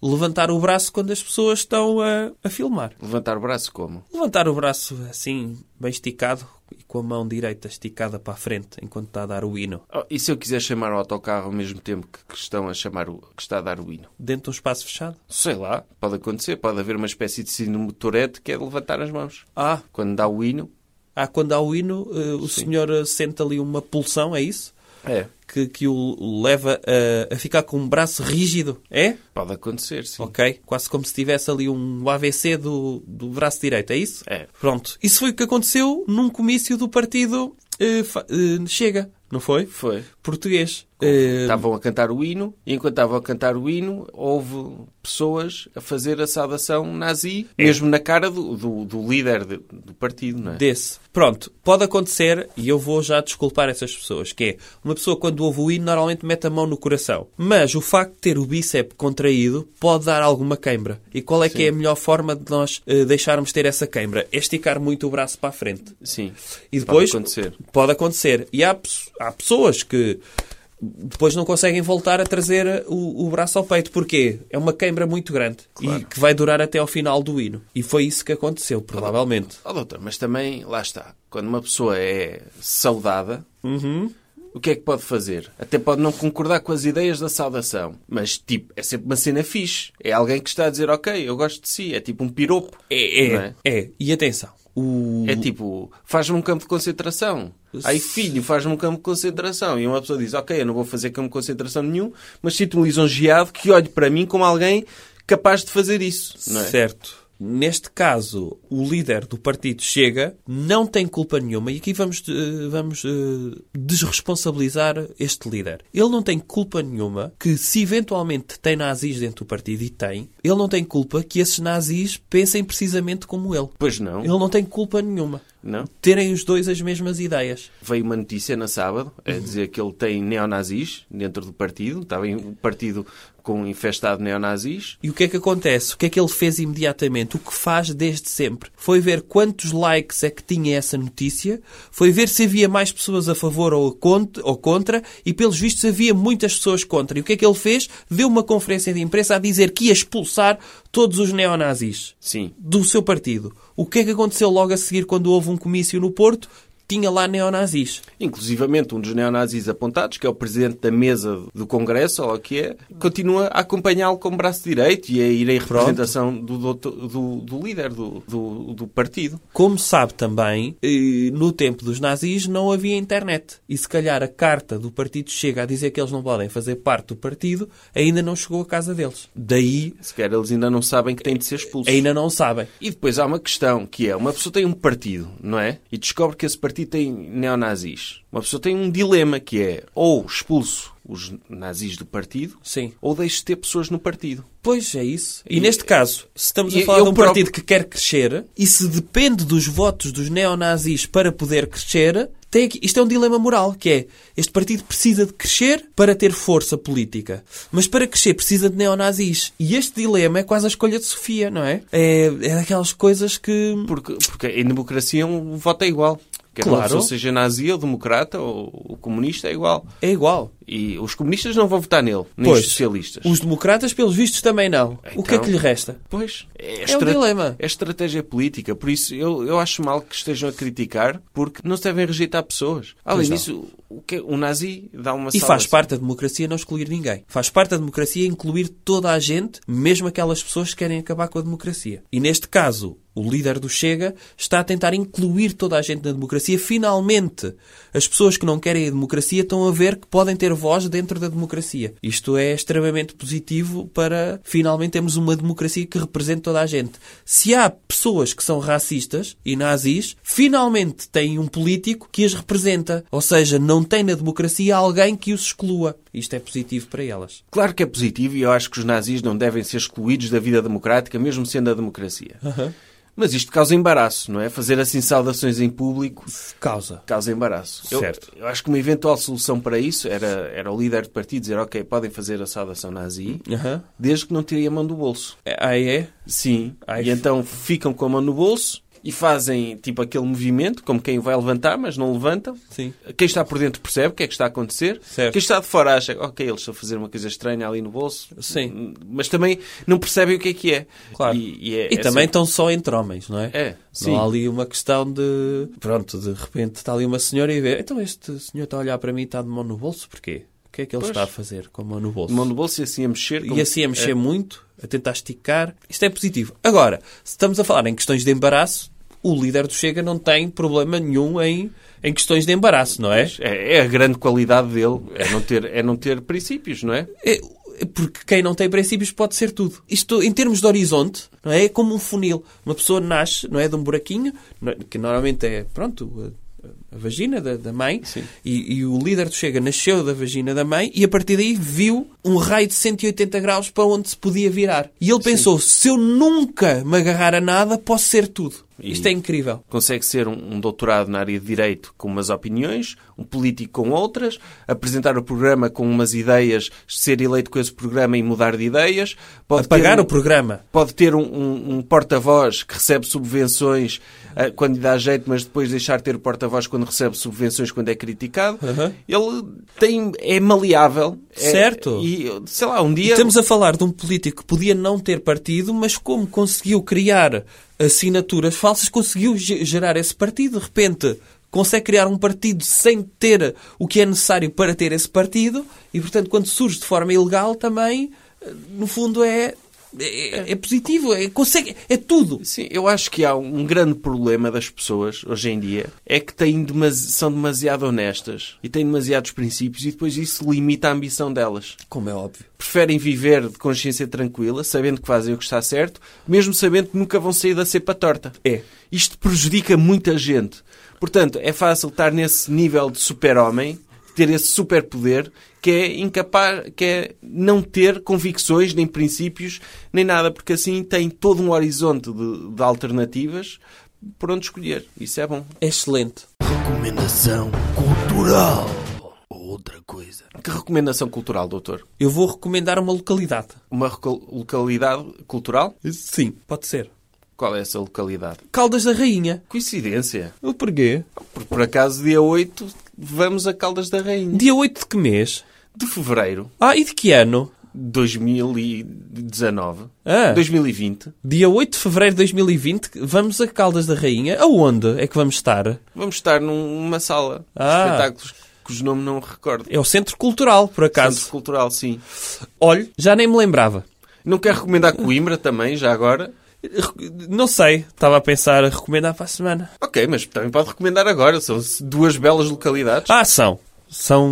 Speaker 3: levantar o braço quando as pessoas estão a, a filmar.
Speaker 2: Levantar o braço como?
Speaker 3: Levantar o braço assim, bem esticado e com a mão direita esticada para a frente enquanto está a dar o hino.
Speaker 2: Oh, e se eu quiser chamar o autocarro ao mesmo tempo que, que estão a chamar o, que está a dar o hino?
Speaker 3: Dentro de um espaço fechado.
Speaker 2: Sei lá, pode acontecer, pode haver uma espécie de síndrome de Tourette que é de levantar as mãos.
Speaker 3: Ah,
Speaker 2: Quando dá o hino,
Speaker 3: ah quando há o hino, eh, o senhor eh, sente ali uma pulsão, é isso?
Speaker 2: é.
Speaker 3: Que, que o leva a, a ficar com um braço rígido, é?
Speaker 2: Pode acontecer, sim.
Speaker 3: Ok? Quase como se tivesse ali um AVC do, do braço direito, é isso?
Speaker 2: É.
Speaker 3: Pronto. Isso foi o que aconteceu num comício do partido eh, fa- eh, Chega, não foi?
Speaker 2: Foi.
Speaker 3: português. Eh,
Speaker 2: Estavam a cantar o hino, e enquanto estavam a cantar o hino, houve pessoas a fazer a saudação nazi,
Speaker 3: É.
Speaker 2: mesmo na cara do, do, do líder de- do partido, não é?
Speaker 3: desse. Pronto, pode acontecer, e eu vou já desculpar essas pessoas, que é uma pessoa quando ouve o hino normalmente mete a mão no coração. Mas o facto de ter o bíceps contraído pode dar alguma queimbra. E qual é que é a melhor forma de nós eh, deixarmos ter essa queimbra? É esticar muito o braço para a frente.
Speaker 2: Sim.
Speaker 3: E depois
Speaker 2: Pode acontecer.
Speaker 3: pode acontecer. E há, pes- há pessoas que depois não conseguem voltar a trazer o, o braço ao peito. Porquê? É uma queimbra muito grande e que vai durar até ao final do hino. E foi isso que aconteceu, provavelmente.
Speaker 2: Ó doutor, mas também, lá está, quando uma pessoa é saudada,
Speaker 3: Uhum.
Speaker 2: o que é que pode fazer? Até pode não concordar com as ideias da saudação, mas, tipo, é sempre uma cena fixe. É alguém que está a dizer, ok, eu gosto de si, é tipo um piropo.
Speaker 3: É,
Speaker 2: não
Speaker 3: é, é. E atenção, o...
Speaker 2: É tipo, faz-me um campo de concentração. Aí, filho, faz-me um campo de concentração. E uma pessoa diz, ok, eu não vou fazer campo de concentração nenhum, mas sinto-me lisonjeado que olhe para mim como alguém capaz de fazer isso. Não é?
Speaker 3: Certo. Neste caso, o líder do partido chega, não tem culpa nenhuma, e aqui vamos, eh, vamos eh, desresponsabilizar este líder. Ele não tem culpa nenhuma que, se eventualmente tem nazis dentro do partido, e tem, ele não tem culpa que esses nazis pensem precisamente como ele.
Speaker 2: Pois não,
Speaker 3: Ele não tem culpa nenhuma.
Speaker 2: não.
Speaker 3: Terem os dois as mesmas ideias.
Speaker 2: Veio uma notícia na sábado a dizer que ele tem neonazis dentro do partido. Estava em um partido com infestado de neonazis.
Speaker 3: E o que é que acontece? O que é que ele fez imediatamente? O que faz desde sempre? Foi ver quantos likes é que tinha essa notícia, foi ver se havia mais pessoas a favor ou cont- ou contra, e pelos vistos havia muitas pessoas contra. E o que é que ele fez? Deu uma conferência de imprensa a dizer que ia expulsar todos os neonazis
Speaker 2: Sim.
Speaker 3: do seu partido. O que é que aconteceu logo a seguir quando houve um comício no Porto? Tinha lá neonazis.
Speaker 2: Inclusivamente, um dos neonazis apontados, que é o presidente da mesa do Congresso, ou lá o que é, continua a acompanhá-lo com o braço direito e a ir em representação do, doutor- do, do líder do, do, do partido.
Speaker 3: Como sabe também, eh, no tempo dos nazis não havia internet. E se calhar a carta do partido chega a dizer que eles não podem fazer parte do partido, ainda não chegou à casa deles. Daí
Speaker 2: Sequer eles ainda não sabem que têm de ser expulsos.
Speaker 3: ainda não sabem.
Speaker 2: E depois há uma questão que é: uma pessoa tem um partido, não é? E descobre que esse partido tem neonazis. Uma pessoa tem um dilema que é: ou expulso os nazis do partido,
Speaker 3: Sim.
Speaker 2: ou deixo de ter pessoas no partido.
Speaker 3: Pois é isso. E,
Speaker 2: E-
Speaker 3: neste caso, se estamos a
Speaker 2: e-
Speaker 3: falar
Speaker 2: eu
Speaker 3: de um
Speaker 2: próprio-
Speaker 3: partido que quer crescer e se depende dos votos dos neonazis para poder crescer, tem aqui, isto é um dilema moral, que é este partido precisa de crescer para ter força política. Mas para crescer precisa de neonazis. E este dilema é quase a escolha de Sofia, não é? É, é daquelas coisas que...
Speaker 2: Porque, porque em democracia um voto é igual. Quer
Speaker 3: Claro.
Speaker 2: uma pessoa seja nazi ou democrata ou, ou comunista, é igual.
Speaker 3: É igual.
Speaker 2: E os comunistas não vão votar nele, nem os socialistas.
Speaker 3: os democratas, pelos vistos, também não. O que é
Speaker 2: Então-
Speaker 3: que lhe resta?
Speaker 2: Pois. É,
Speaker 3: um dilema.
Speaker 2: É estratégia política. Por isso, eu, eu acho mal que estejam a criticar, porque não se devem rejeitar pessoas. Além
Speaker 3: não.
Speaker 2: disso, o, que, é, o nazi dá uma assim.
Speaker 3: E faz
Speaker 2: salvação.
Speaker 3: parte da democracia não excluir ninguém. Faz parte da democracia incluir toda a gente, mesmo aquelas pessoas que querem acabar com a democracia. E neste caso, o líder do Chega está a tentar incluir toda a gente na democracia. Finalmente, as pessoas que não querem a democracia estão a ver que podem ter voz dentro da democracia. Isto é extremamente positivo para finalmente termos uma democracia que represente toda a gente. Se há pessoas que são racistas e nazis, finalmente têm um político que as representa. Ou seja, não tem na democracia alguém que os exclua. Isto é positivo para elas.
Speaker 2: Claro que é positivo e eu acho que os nazis não devem ser excluídos da vida democrática, mesmo sendo a democracia. Mas isto causa embaraço, não é? Fazer assim saudações em público
Speaker 3: Causa.
Speaker 2: causa embaraço. Eu-
Speaker 3: Certo.
Speaker 2: Eu, acho que uma eventual solução para isso era, era o líder do partido dizer, ok, podem fazer a saudação nazi,
Speaker 3: Aham.
Speaker 2: desde que não tirem a mão do bolso.
Speaker 3: É- Ah, é?
Speaker 2: Sim.
Speaker 3: Ai,
Speaker 2: E então ficam com a mão no bolso e fazem tipo aquele movimento, como quem vai levantar, mas não levantam.
Speaker 3: Sim.
Speaker 2: Quem está por dentro percebe o que é que está a acontecer.
Speaker 3: Certo.
Speaker 2: Quem está de fora acha, ok, eles estão a fazer uma coisa estranha ali no bolso.
Speaker 3: Sim.
Speaker 2: Mas também não percebem o que é que é.
Speaker 3: Claro.
Speaker 2: E, e é-
Speaker 3: E
Speaker 2: é
Speaker 3: também
Speaker 2: sempre-
Speaker 3: estão só entre homens, não é?
Speaker 2: É, sim.
Speaker 3: Não há ali uma questão de. Pronto, de repente está ali uma senhora e vê. Então este senhor está a olhar para mim e está de mão no bolso, porquê? O que é que ele
Speaker 2: Pois.
Speaker 3: está a fazer com a mão no bolso?
Speaker 2: Mão no bolso é. e assim a mexer. como-
Speaker 3: E assim a mexer muito, a tentar esticar. Isto é positivo. Agora, se estamos a falar em questões de embaraço, o líder do Chega não tem problema nenhum em, em questões de embaraço, não é?
Speaker 2: É, é a grande qualidade dele, é não, ter, é não ter princípios, não é?
Speaker 3: É, Porque quem não tem princípios pode ser tudo. Isto, em termos de horizonte, não é? é como um funil. Uma pessoa nasce, não é? De um buraquinho, não é? que normalmente é, pronto, a, a vagina da, da mãe. E, e o líder do Chega nasceu da vagina da mãe e a partir daí viu um raio de 180 graus para onde se podia virar. E ele pensou, se eu nunca me agarrar a nada, posso ser tudo.
Speaker 2: E
Speaker 3: Isto é incrível.
Speaker 2: Consegue ser um, um doutorado na área de direito com umas opiniões, um político com outras, apresentar o programa com umas ideias, ser eleito com esse programa e mudar de ideias. Pode ter
Speaker 3: Apagar
Speaker 2: um-
Speaker 3: o programa.
Speaker 2: Pode ter um, um- um porta-voz que recebe subvenções ah, quando lhe dá jeito, mas depois deixar de ter porta-voz quando recebe subvenções quando é criticado.
Speaker 3: Aham.
Speaker 2: Ele tem, é maleável. é-
Speaker 3: Certo.
Speaker 2: e, sei lá, um dia...
Speaker 3: Estamos a falar de um político que podia não ter partido, mas como conseguiu criar assinaturas falsas, conseguiu ge- gerar esse partido. De repente, consegue criar um partido sem ter o que é necessário para ter esse partido. E, portanto, quando surge de forma ilegal, também, eh, no fundo, é, é, é positivo. É, consegue, é tudo.
Speaker 2: Sim, eu acho que há um grande problema das pessoas hoje em dia é que têm demasi- são demasiado honestas e têm demasiados princípios e depois isso limita a ambição delas.
Speaker 3: Como é óbvio.
Speaker 2: Preferem viver de consciência tranquila, sabendo que fazem o que está certo, mesmo sabendo que nunca vão sair da cepa torta.
Speaker 3: É.
Speaker 2: Isto prejudica muita gente. Portanto, é fácil estar nesse nível de super-homem, ter esse superpoder, que é incapaz, que é não ter convicções, nem princípios, nem nada, porque assim tem todo um horizonte de, de alternativas por onde escolher. Isso é bom.
Speaker 3: É excelente.
Speaker 1: Recomendação cultural. Outra coisa.
Speaker 2: Que recomendação cultural, doutor?
Speaker 3: Eu vou recomendar uma localidade.
Speaker 2: Uma reco- localidade cultural?
Speaker 3: Sim. Pode ser.
Speaker 2: Qual é essa localidade?
Speaker 3: Caldas da Rainha.
Speaker 2: Coincidência.
Speaker 3: O porquê?
Speaker 2: Por, por acaso, dia 8, vamos a Caldas da Rainha.
Speaker 3: Dia 8 de que mês?
Speaker 2: De fevereiro
Speaker 3: Ah, e de que ano?
Speaker 2: de 2019.
Speaker 3: Ah,
Speaker 2: 2020.
Speaker 3: dia 8 de fevereiro de 2020, vamos a Caldas da Rainha. Aonde é que vamos estar?
Speaker 2: Vamos estar num- numa sala
Speaker 3: Ah.
Speaker 2: de espetáculos cujo nome não recordo.
Speaker 3: É o Centro Cultural, por
Speaker 2: Centro
Speaker 3: acaso.
Speaker 2: Cultural, sim.
Speaker 3: Olhe, já nem me lembrava.
Speaker 2: Não quero recomendar Coimbra também, já agora.
Speaker 3: Re- Não sei, estava a pensar a recomendar para a semana.
Speaker 2: Ok, mas também pode recomendar agora. São duas belas localidades.
Speaker 3: Ah, são. São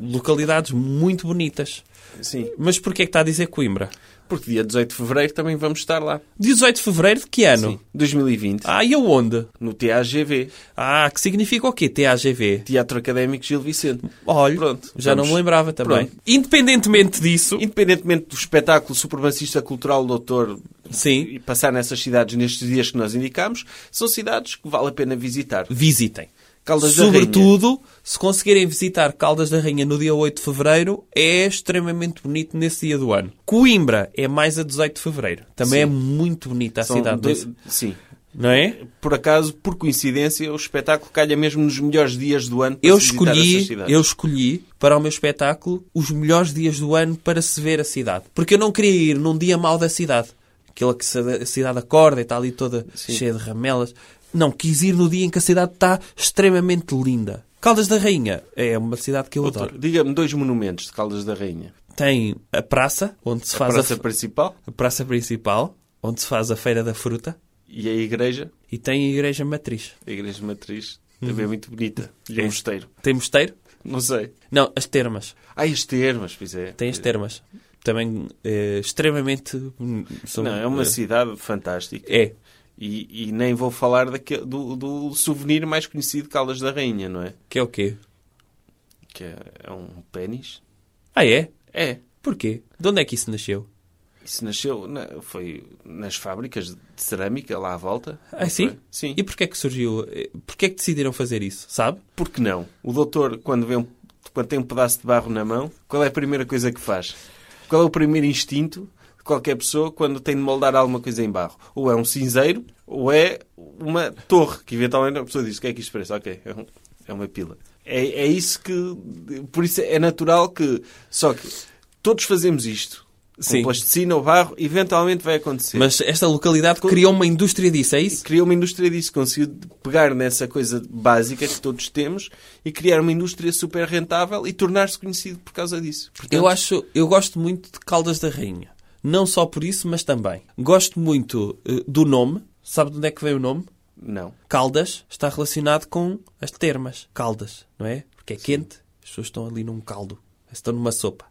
Speaker 3: localidades muito bonitas.
Speaker 2: Sim.
Speaker 3: Mas porquê é que está a dizer Coimbra?
Speaker 2: Porque dia 18 de fevereiro também vamos estar lá.
Speaker 3: 18 de fevereiro de que ano?
Speaker 2: Sim. 2020.
Speaker 3: Ah, e aonde?
Speaker 2: No TAGV.
Speaker 3: Ah, que significa o quê? TAGV.
Speaker 2: Teatro Académico Gil Vicente.
Speaker 3: Olhe,
Speaker 2: Pronto,
Speaker 3: já
Speaker 2: vamos.
Speaker 3: não me lembrava também.
Speaker 2: Pronto.
Speaker 3: Independentemente disso,
Speaker 2: Independentemente do espetáculo supremacista cultural do doutor
Speaker 3: sim,
Speaker 2: e passar nessas cidades nestes dias que nós indicamos, são cidades que vale a pena visitar.
Speaker 3: visitem.
Speaker 2: Caldas da
Speaker 3: Sobretudo, se conseguirem visitar Caldas da Rainha no dia 8 de fevereiro, é extremamente bonito nesse dia do ano. Coimbra é mais a 18 de fevereiro. Também
Speaker 2: Sim.
Speaker 3: é muito bonita a
Speaker 2: São
Speaker 3: cidade.
Speaker 2: dois-
Speaker 3: desse-
Speaker 2: Sim.
Speaker 3: Não é?
Speaker 2: Por acaso, por coincidência, o espetáculo calha mesmo nos melhores dias do ano para
Speaker 3: Eu
Speaker 2: se visitar essas
Speaker 3: escolhi,
Speaker 2: cidades.
Speaker 3: eu escolhi para o meu espetáculo os melhores dias do ano para se ver a cidade. Porque eu não queria ir num dia mau da cidade. Aquela que se- a cidade acorda e está ali toda cheia de ramelas. Não, quis ir no dia em que a cidade está extremamente linda. Caldas da Rainha é uma cidade que eu adoro.
Speaker 2: Doutor, diga-me dois monumentos de Caldas da Rainha.
Speaker 3: tem a praça, onde se
Speaker 2: A
Speaker 3: faz a,
Speaker 2: praça
Speaker 3: fe-
Speaker 2: principal
Speaker 3: a praça principal, onde se faz a feira da fruta,
Speaker 2: e a igreja,
Speaker 3: e tem a igreja matriz.
Speaker 2: a igreja matriz, também é muito bonita. E
Speaker 3: É.
Speaker 2: um mosteiro.
Speaker 3: Tem mosteiro?
Speaker 2: Não sei.
Speaker 3: Não, as termas.
Speaker 2: Ah, as termas, pois é.
Speaker 3: Tem as termas. Também eh, extremamente... hum, são-
Speaker 2: Não, é uma
Speaker 3: eh,
Speaker 2: cidade fantástica.
Speaker 3: É.
Speaker 2: E, e nem vou falar daquele, do, do souvenir mais conhecido de Caldas da Rainha, não é?
Speaker 3: Que é o quê?
Speaker 2: Que é, é um pênis?
Speaker 3: Ah, é?
Speaker 2: É.
Speaker 3: Porquê? De onde é que isso nasceu?
Speaker 2: Isso nasceu, na- foi nas fábricas de cerâmica lá à volta.
Speaker 3: Ah, sim?
Speaker 2: Sim.
Speaker 3: E porquê é que surgiu... eh, Porquê é que decidiram fazer isso, sabe?
Speaker 2: por que não? O doutor, quando, vê um, quando tem um pedaço de barro na mão, qual é a primeira coisa que faz? Qual é o primeiro instinto de qualquer pessoa quando tem de moldar alguma coisa em barro? Ou é um cinzeiro, ou é uma torre, que eventualmente a pessoa diz, o que é que isto parece? Ok, é, um- é uma pila. É, é isso que... Por isso é natural que... Só que todos fazemos isto.
Speaker 3: Sim.
Speaker 2: Com plasticina ou barro, eventualmente vai acontecer.
Speaker 3: Mas esta localidade criou uma indústria disso, é isso?
Speaker 2: criou uma indústria disso, conseguiu pegar nessa coisa básica que todos temos e criar uma indústria super rentável e tornar-se conhecido por causa disso. Portanto,
Speaker 3: Eu acho, eu gosto muito de Caldas da Rainha. Não só por isso, mas também. Gosto muito eh, do nome. Sabe de onde é que vem o nome?
Speaker 2: Não.
Speaker 3: Caldas está relacionado com as termas. Caldas, não é? Porque é quente, as pessoas estão ali num caldo, estão numa sopa.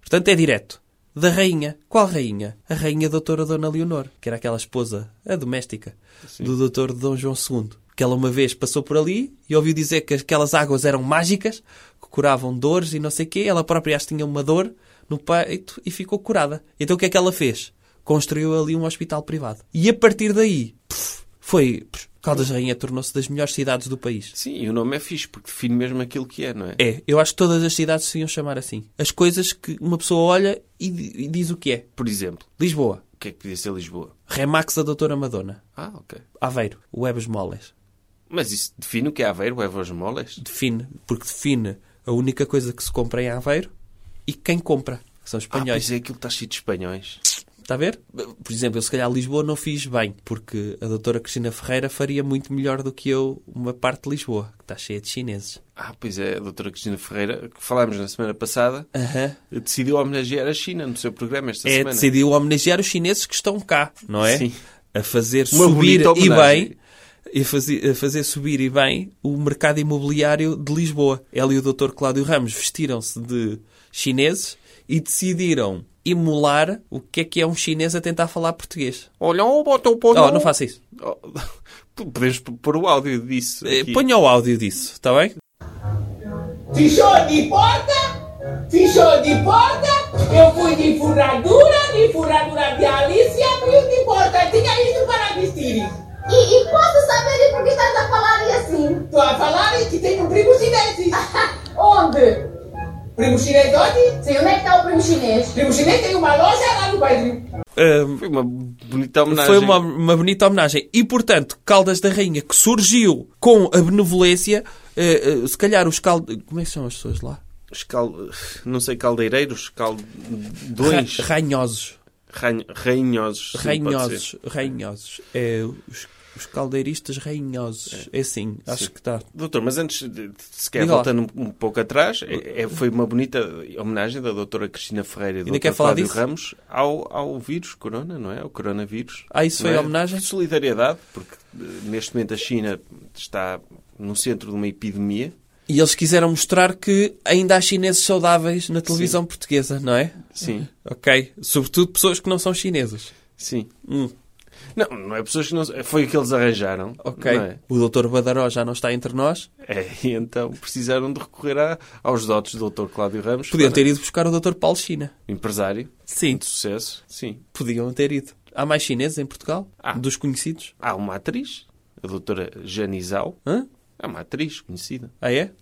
Speaker 3: Portanto, é direto. Da rainha. Qual rainha? A rainha doutora Dona Leonor, que era aquela esposa, a doméstica, do doutor Dom João II. Que ela uma vez passou por ali e ouviu dizer que aquelas águas eram mágicas, que curavam dores e não sei o quê. Ela própria acho que tinha uma dor no peito e ficou curada. Então o que é que ela fez? Construiu ali um hospital privado. E a partir daí, puf, Foi. pff, Caldas da Rainha tornou-se das melhores cidades do país.
Speaker 2: Sim, e o nome é fixe, porque define mesmo aquilo que é, não é?
Speaker 3: É, eu acho que todas as cidades se iam chamar assim. As coisas que uma pessoa olha e, di- e diz o que é.
Speaker 2: Por exemplo,
Speaker 3: Lisboa,
Speaker 2: o que é que podia ser Lisboa?
Speaker 3: Remax da Doutora Madonna.
Speaker 2: Ah, ok.
Speaker 3: Aveiro, Webes Moles.
Speaker 2: Mas isso define o que é Aveiro, é Voz Moles?
Speaker 3: Define, porque define a única coisa que se compra em Aveiro e quem compra. que São
Speaker 2: Ah,
Speaker 3: espanhóis.
Speaker 2: pois é, aquilo está cheio de espanhóis.
Speaker 3: Está a ver? Por exemplo, eu se calhar Lisboa não fiz bem, porque a doutora Cristina Ferreira faria muito melhor do que eu uma parte de Lisboa, que está cheia de chineses.
Speaker 2: Ah, pois é, a doutora Cristina Ferreira, que falámos na semana passada,
Speaker 3: Aham.
Speaker 2: decidiu homenagear a China no seu programa esta
Speaker 3: É,
Speaker 2: semana.
Speaker 3: decidiu homenagear os chineses que estão cá, não é?
Speaker 2: Sim.
Speaker 3: A fazer
Speaker 2: Uma
Speaker 3: subir
Speaker 2: bonita
Speaker 3: e
Speaker 2: homenagem.
Speaker 3: bem... E fazer, a fazer subir e bem o mercado imobiliário de Lisboa. Ela e o Dr. Cláudio Ramos vestiram-se de chineses e decidiram emular o que é que é um chinês a tentar falar português.
Speaker 2: Olha, oh, bota o pão.
Speaker 3: Oh, não faça isso.
Speaker 2: Oh, podemos p- pôr o áudio disso.
Speaker 3: Eh,
Speaker 2: aqui.
Speaker 3: Ponha o áudio disso, está bem?
Speaker 4: Fechou de porta, fechou de porta, eu fui de furadura, de furadura de Alice e abriu de porta. Diga isso para vestir.
Speaker 5: E, e posso saber por que estás a falar assim?
Speaker 4: Estou a falar que tem um primo chinês.
Speaker 5: Onde?
Speaker 4: Primo chinês onde?
Speaker 5: Sim, onde é que está o primo chinês?
Speaker 4: Primo chinês tem uma loja lá no Brasil.
Speaker 3: Ahm,
Speaker 2: Foi uma bonita homenagem.
Speaker 3: Foi uma, uma bonita homenagem. E, portanto, Caldas da Rainha, que surgiu com a benevolência, eh, eh, se calhar os Caldas... Como é que são as pessoas lá?
Speaker 2: Os cal- Não sei, caldeireiros,
Speaker 3: Ra-
Speaker 2: caldões,
Speaker 3: Rainhosos.
Speaker 2: Rain- rainhosos. sim, pode ser.
Speaker 3: Rainhosos. Rainhosos. É, os, os caldeiristas rainhosos. É, assim, acho que está.
Speaker 2: Doutor, mas antes, de- de- se quer
Speaker 3: Diga lá.
Speaker 2: voltando um, um pouco atrás, é- é- foi uma bonita homenagem da doutora Cristina Ferreira e do
Speaker 3: Ainda quer
Speaker 2: Dr.
Speaker 3: falar
Speaker 2: Cláudio
Speaker 3: disso?
Speaker 2: Ramos ao, ao vírus corona, não é? Ao coronavírus.
Speaker 3: Ah, isso
Speaker 2: Não
Speaker 3: foi
Speaker 2: é?
Speaker 3: homenagem?
Speaker 2: Solidariedade, porque eh, neste momento a China está no centro de uma epidemia.
Speaker 3: E eles quiseram mostrar que ainda há chineses saudáveis na televisão portuguesa, não é?
Speaker 2: Sim,
Speaker 3: Ok. Sobretudo pessoas que não são chinesas.
Speaker 2: sim.
Speaker 3: Hum.
Speaker 2: Não, não é pessoas que não... Foi o que eles arranjaram.
Speaker 3: Ok.
Speaker 2: não é?
Speaker 3: O doutor Badaró já não está entre nós.
Speaker 2: É, e então precisaram de recorrer a- aos dotes do Dr. Cláudio Ramos.
Speaker 3: Podiam
Speaker 2: para-
Speaker 3: ter ido buscar o Dr. Paulo China.
Speaker 2: Empresário
Speaker 3: Sim.
Speaker 2: de sucesso. Sim.
Speaker 3: Podiam ter ido. Há mais chineses em Portugal?
Speaker 2: Há.
Speaker 3: Dos conhecidos?
Speaker 2: Há uma atriz, a doutora Janizal.
Speaker 3: Hã?
Speaker 2: É uma atriz conhecida.
Speaker 3: Ah, é?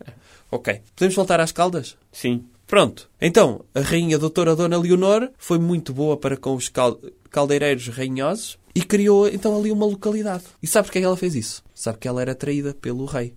Speaker 3: Ok. Podemos voltar às caldas?
Speaker 2: Sim.
Speaker 3: Pronto. Então, a rainha doutora Dona Leonor foi muito boa para com os cal- caldeireiros rainhosos e criou então ali uma localidade. E sabe porque é que ela fez isso? Sabe que ela era traída pelo rei.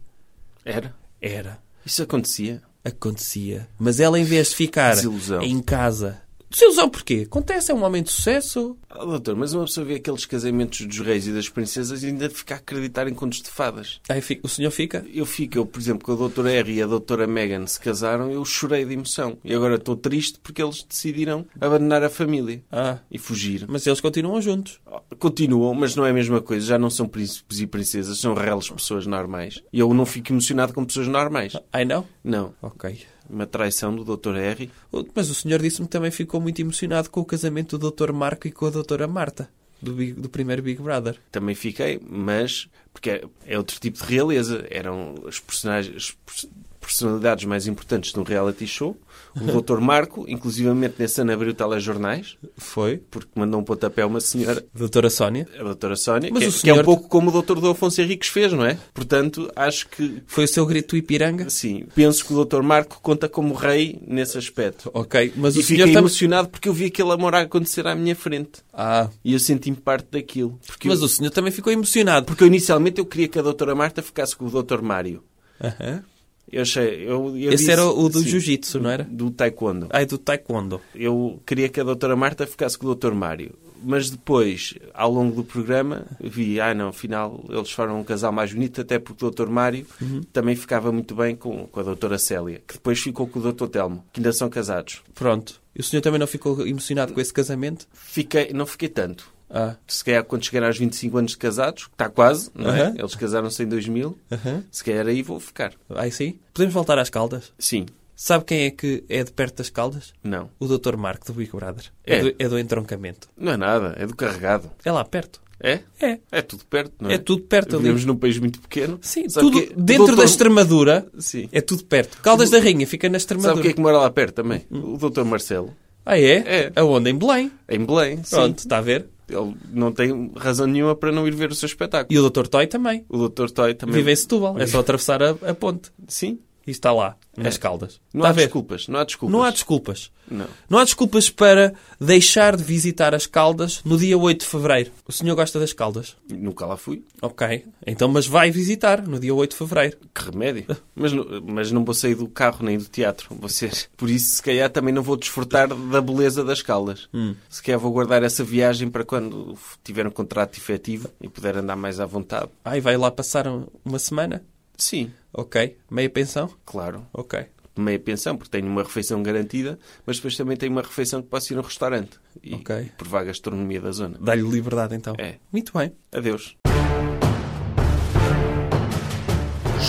Speaker 2: Era.
Speaker 3: Era.
Speaker 2: Isso acontecia.
Speaker 3: Acontecia. Mas ela, em vez de ficar
Speaker 2: Desilusão.
Speaker 3: em casa... Desilusão porquê? Acontece, é um homem de sucesso.
Speaker 2: Ah, doutor, mas uma pessoa vê aqueles casamentos dos reis e das princesas e ainda fica a acreditar em contos de fadas.
Speaker 3: Aí fi- o senhor fica...
Speaker 2: Eu fico, eu, por exemplo, quando a doutora R e a doutora Meghan se casaram, eu chorei de emoção. E agora estou triste porque eles decidiram abandonar a família
Speaker 3: Ah,
Speaker 2: e fugir.
Speaker 3: mas eles continuam juntos.
Speaker 2: Continuam, mas não é a mesma coisa. Já não são príncipes e princesas, são reles pessoas normais. E eu não fico emocionado com pessoas normais.
Speaker 3: Ai, não?
Speaker 2: Não.
Speaker 3: Ok.
Speaker 2: Uma traição do doutor R.
Speaker 3: Mas o senhor disse-me que também ficou muito emocionado com o casamento do Dr. Marco e com a Dra. Marta, do, Big- do primeiro Big Brother.
Speaker 2: Também fiquei, mas porque é- é outro tipo de realeza. Eram os personagens, as pers- personalidades mais importantes de um reality show. O Dr. Marco, inclusivamente nesse ano abriu telejornais,
Speaker 3: Foi.
Speaker 2: porque mandou um pontapé a uma senhora,
Speaker 3: Doutora Sónia.
Speaker 2: a doutora Sónia,
Speaker 3: Mas
Speaker 2: que, é-
Speaker 3: o
Speaker 2: que é um
Speaker 3: senhor-
Speaker 2: pouco como o Dr. D. Afonso Henriques fez, não é? Portanto, acho que,
Speaker 3: Foi o seu grito Ipiranga?
Speaker 2: sim, penso que o Dr. Marco conta como rei nesse aspecto.
Speaker 3: Ok, mas
Speaker 2: E
Speaker 3: o senhor
Speaker 2: fiquei
Speaker 3: também...
Speaker 2: emocionado porque eu vi aquele amor a acontecer à minha frente.
Speaker 3: Ah,
Speaker 2: E eu senti-me parte daquilo. Porque
Speaker 3: mas
Speaker 2: eu-
Speaker 3: o senhor também ficou emocionado.
Speaker 2: Porque eu, inicialmente eu queria que a doutora Marta ficasse com o Dr. Mário.
Speaker 3: Aham.
Speaker 2: Eu achei... Eu, eu
Speaker 3: Esse
Speaker 2: disse-
Speaker 3: era o do
Speaker 2: sim,
Speaker 3: Jiu-Jitsu, não era?
Speaker 2: Do taekwondo.
Speaker 3: Ai, do Taekwondo.
Speaker 2: Eu queria que a doutora Marta ficasse com o Dr. Mário. Mas depois, ao longo do programa, vi... Ah, não, afinal, eles foram um casal mais bonito, até porque o Dr. Mário também ficava muito bem com, com a doutora Célia, que depois ficou com o Dr. Telmo, que ainda são casados.
Speaker 3: Pronto. E o senhor também não ficou emocionado com esse casamento?
Speaker 2: Fiquei... Não fiquei tanto.
Speaker 3: Ah,
Speaker 2: Se calhar quando chegar aos 25 anos de casados, que está quase, não é?
Speaker 3: Aham.
Speaker 2: Eles casaram-se em 2000.
Speaker 3: Aham.
Speaker 2: Se calhar aí vou ficar.
Speaker 3: ai sim. Podemos voltar às caldas?
Speaker 2: Sim.
Speaker 3: Sabe quem é que é de perto das caldas?
Speaker 2: Não.
Speaker 3: O Dr. Marco, do Big Brother. É,
Speaker 2: É.
Speaker 3: do, é do entroncamento.
Speaker 2: Não é nada, é do carregado.
Speaker 3: É lá perto.
Speaker 2: É?
Speaker 3: É.
Speaker 2: É tudo perto, não é?
Speaker 3: É tudo perto ali.
Speaker 2: Vivemos num país muito pequeno.
Speaker 3: Sim,
Speaker 2: Sabe
Speaker 3: tudo
Speaker 2: que-
Speaker 3: dentro
Speaker 2: o
Speaker 3: da
Speaker 2: doutor-
Speaker 3: Extremadura.
Speaker 2: Sim.
Speaker 3: É tudo perto. Caldas da Rainha fica na
Speaker 2: Sabe
Speaker 3: Extremadura.
Speaker 2: quem é que mora lá perto também? O doutor Marcelo.
Speaker 3: Ah, é?
Speaker 2: É.
Speaker 3: Aonde? Em Belém.
Speaker 2: Em Belém, sim.
Speaker 3: Pronto, está a ver?
Speaker 2: Ele não tem razão nenhuma para não ir ver o seu espetáculo.
Speaker 3: E o Dr. Toy também.
Speaker 2: O Dr. Toy também.
Speaker 3: Vive em Setúbal. É só atravessar a, a ponte.
Speaker 2: Sim.
Speaker 3: E está lá, nas Caldas.
Speaker 2: É. Não
Speaker 3: Está
Speaker 2: há
Speaker 3: a ver?
Speaker 2: desculpas. Não há desculpas.
Speaker 3: Não há desculpas.
Speaker 2: Não.
Speaker 3: Não há desculpas para deixar de visitar as Caldas no dia 8 de Fevereiro. O senhor gosta das Caldas?
Speaker 2: Nunca lá fui.
Speaker 3: Ok. Então, mas vai visitar no dia 8 de Fevereiro.
Speaker 2: Que remédio. Mas, não- mas não vou sair do carro nem do teatro. Vocês. Por isso, se calhar, também não vou desfrutar da beleza das caldas.
Speaker 3: Hum.
Speaker 2: Se calhar vou guardar essa viagem para quando tiver um contrato efetivo e puder andar mais à vontade.
Speaker 3: Ai, vai lá passar um- uma semana?
Speaker 2: Sim,
Speaker 3: Ok. Meia pensão?
Speaker 2: claro.
Speaker 3: Ok.
Speaker 2: Meia pensão, porque tenho uma refeição garantida, mas depois também tenho uma refeição que posso ir a um restaurante. E
Speaker 3: Ok.
Speaker 2: provar a gastronomia da zona.
Speaker 3: Dá-lhe liberdade, então.
Speaker 2: É.
Speaker 3: Muito bem.
Speaker 2: Adeus.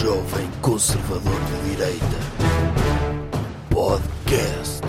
Speaker 1: Jovem Conservador de Direita. Podcast.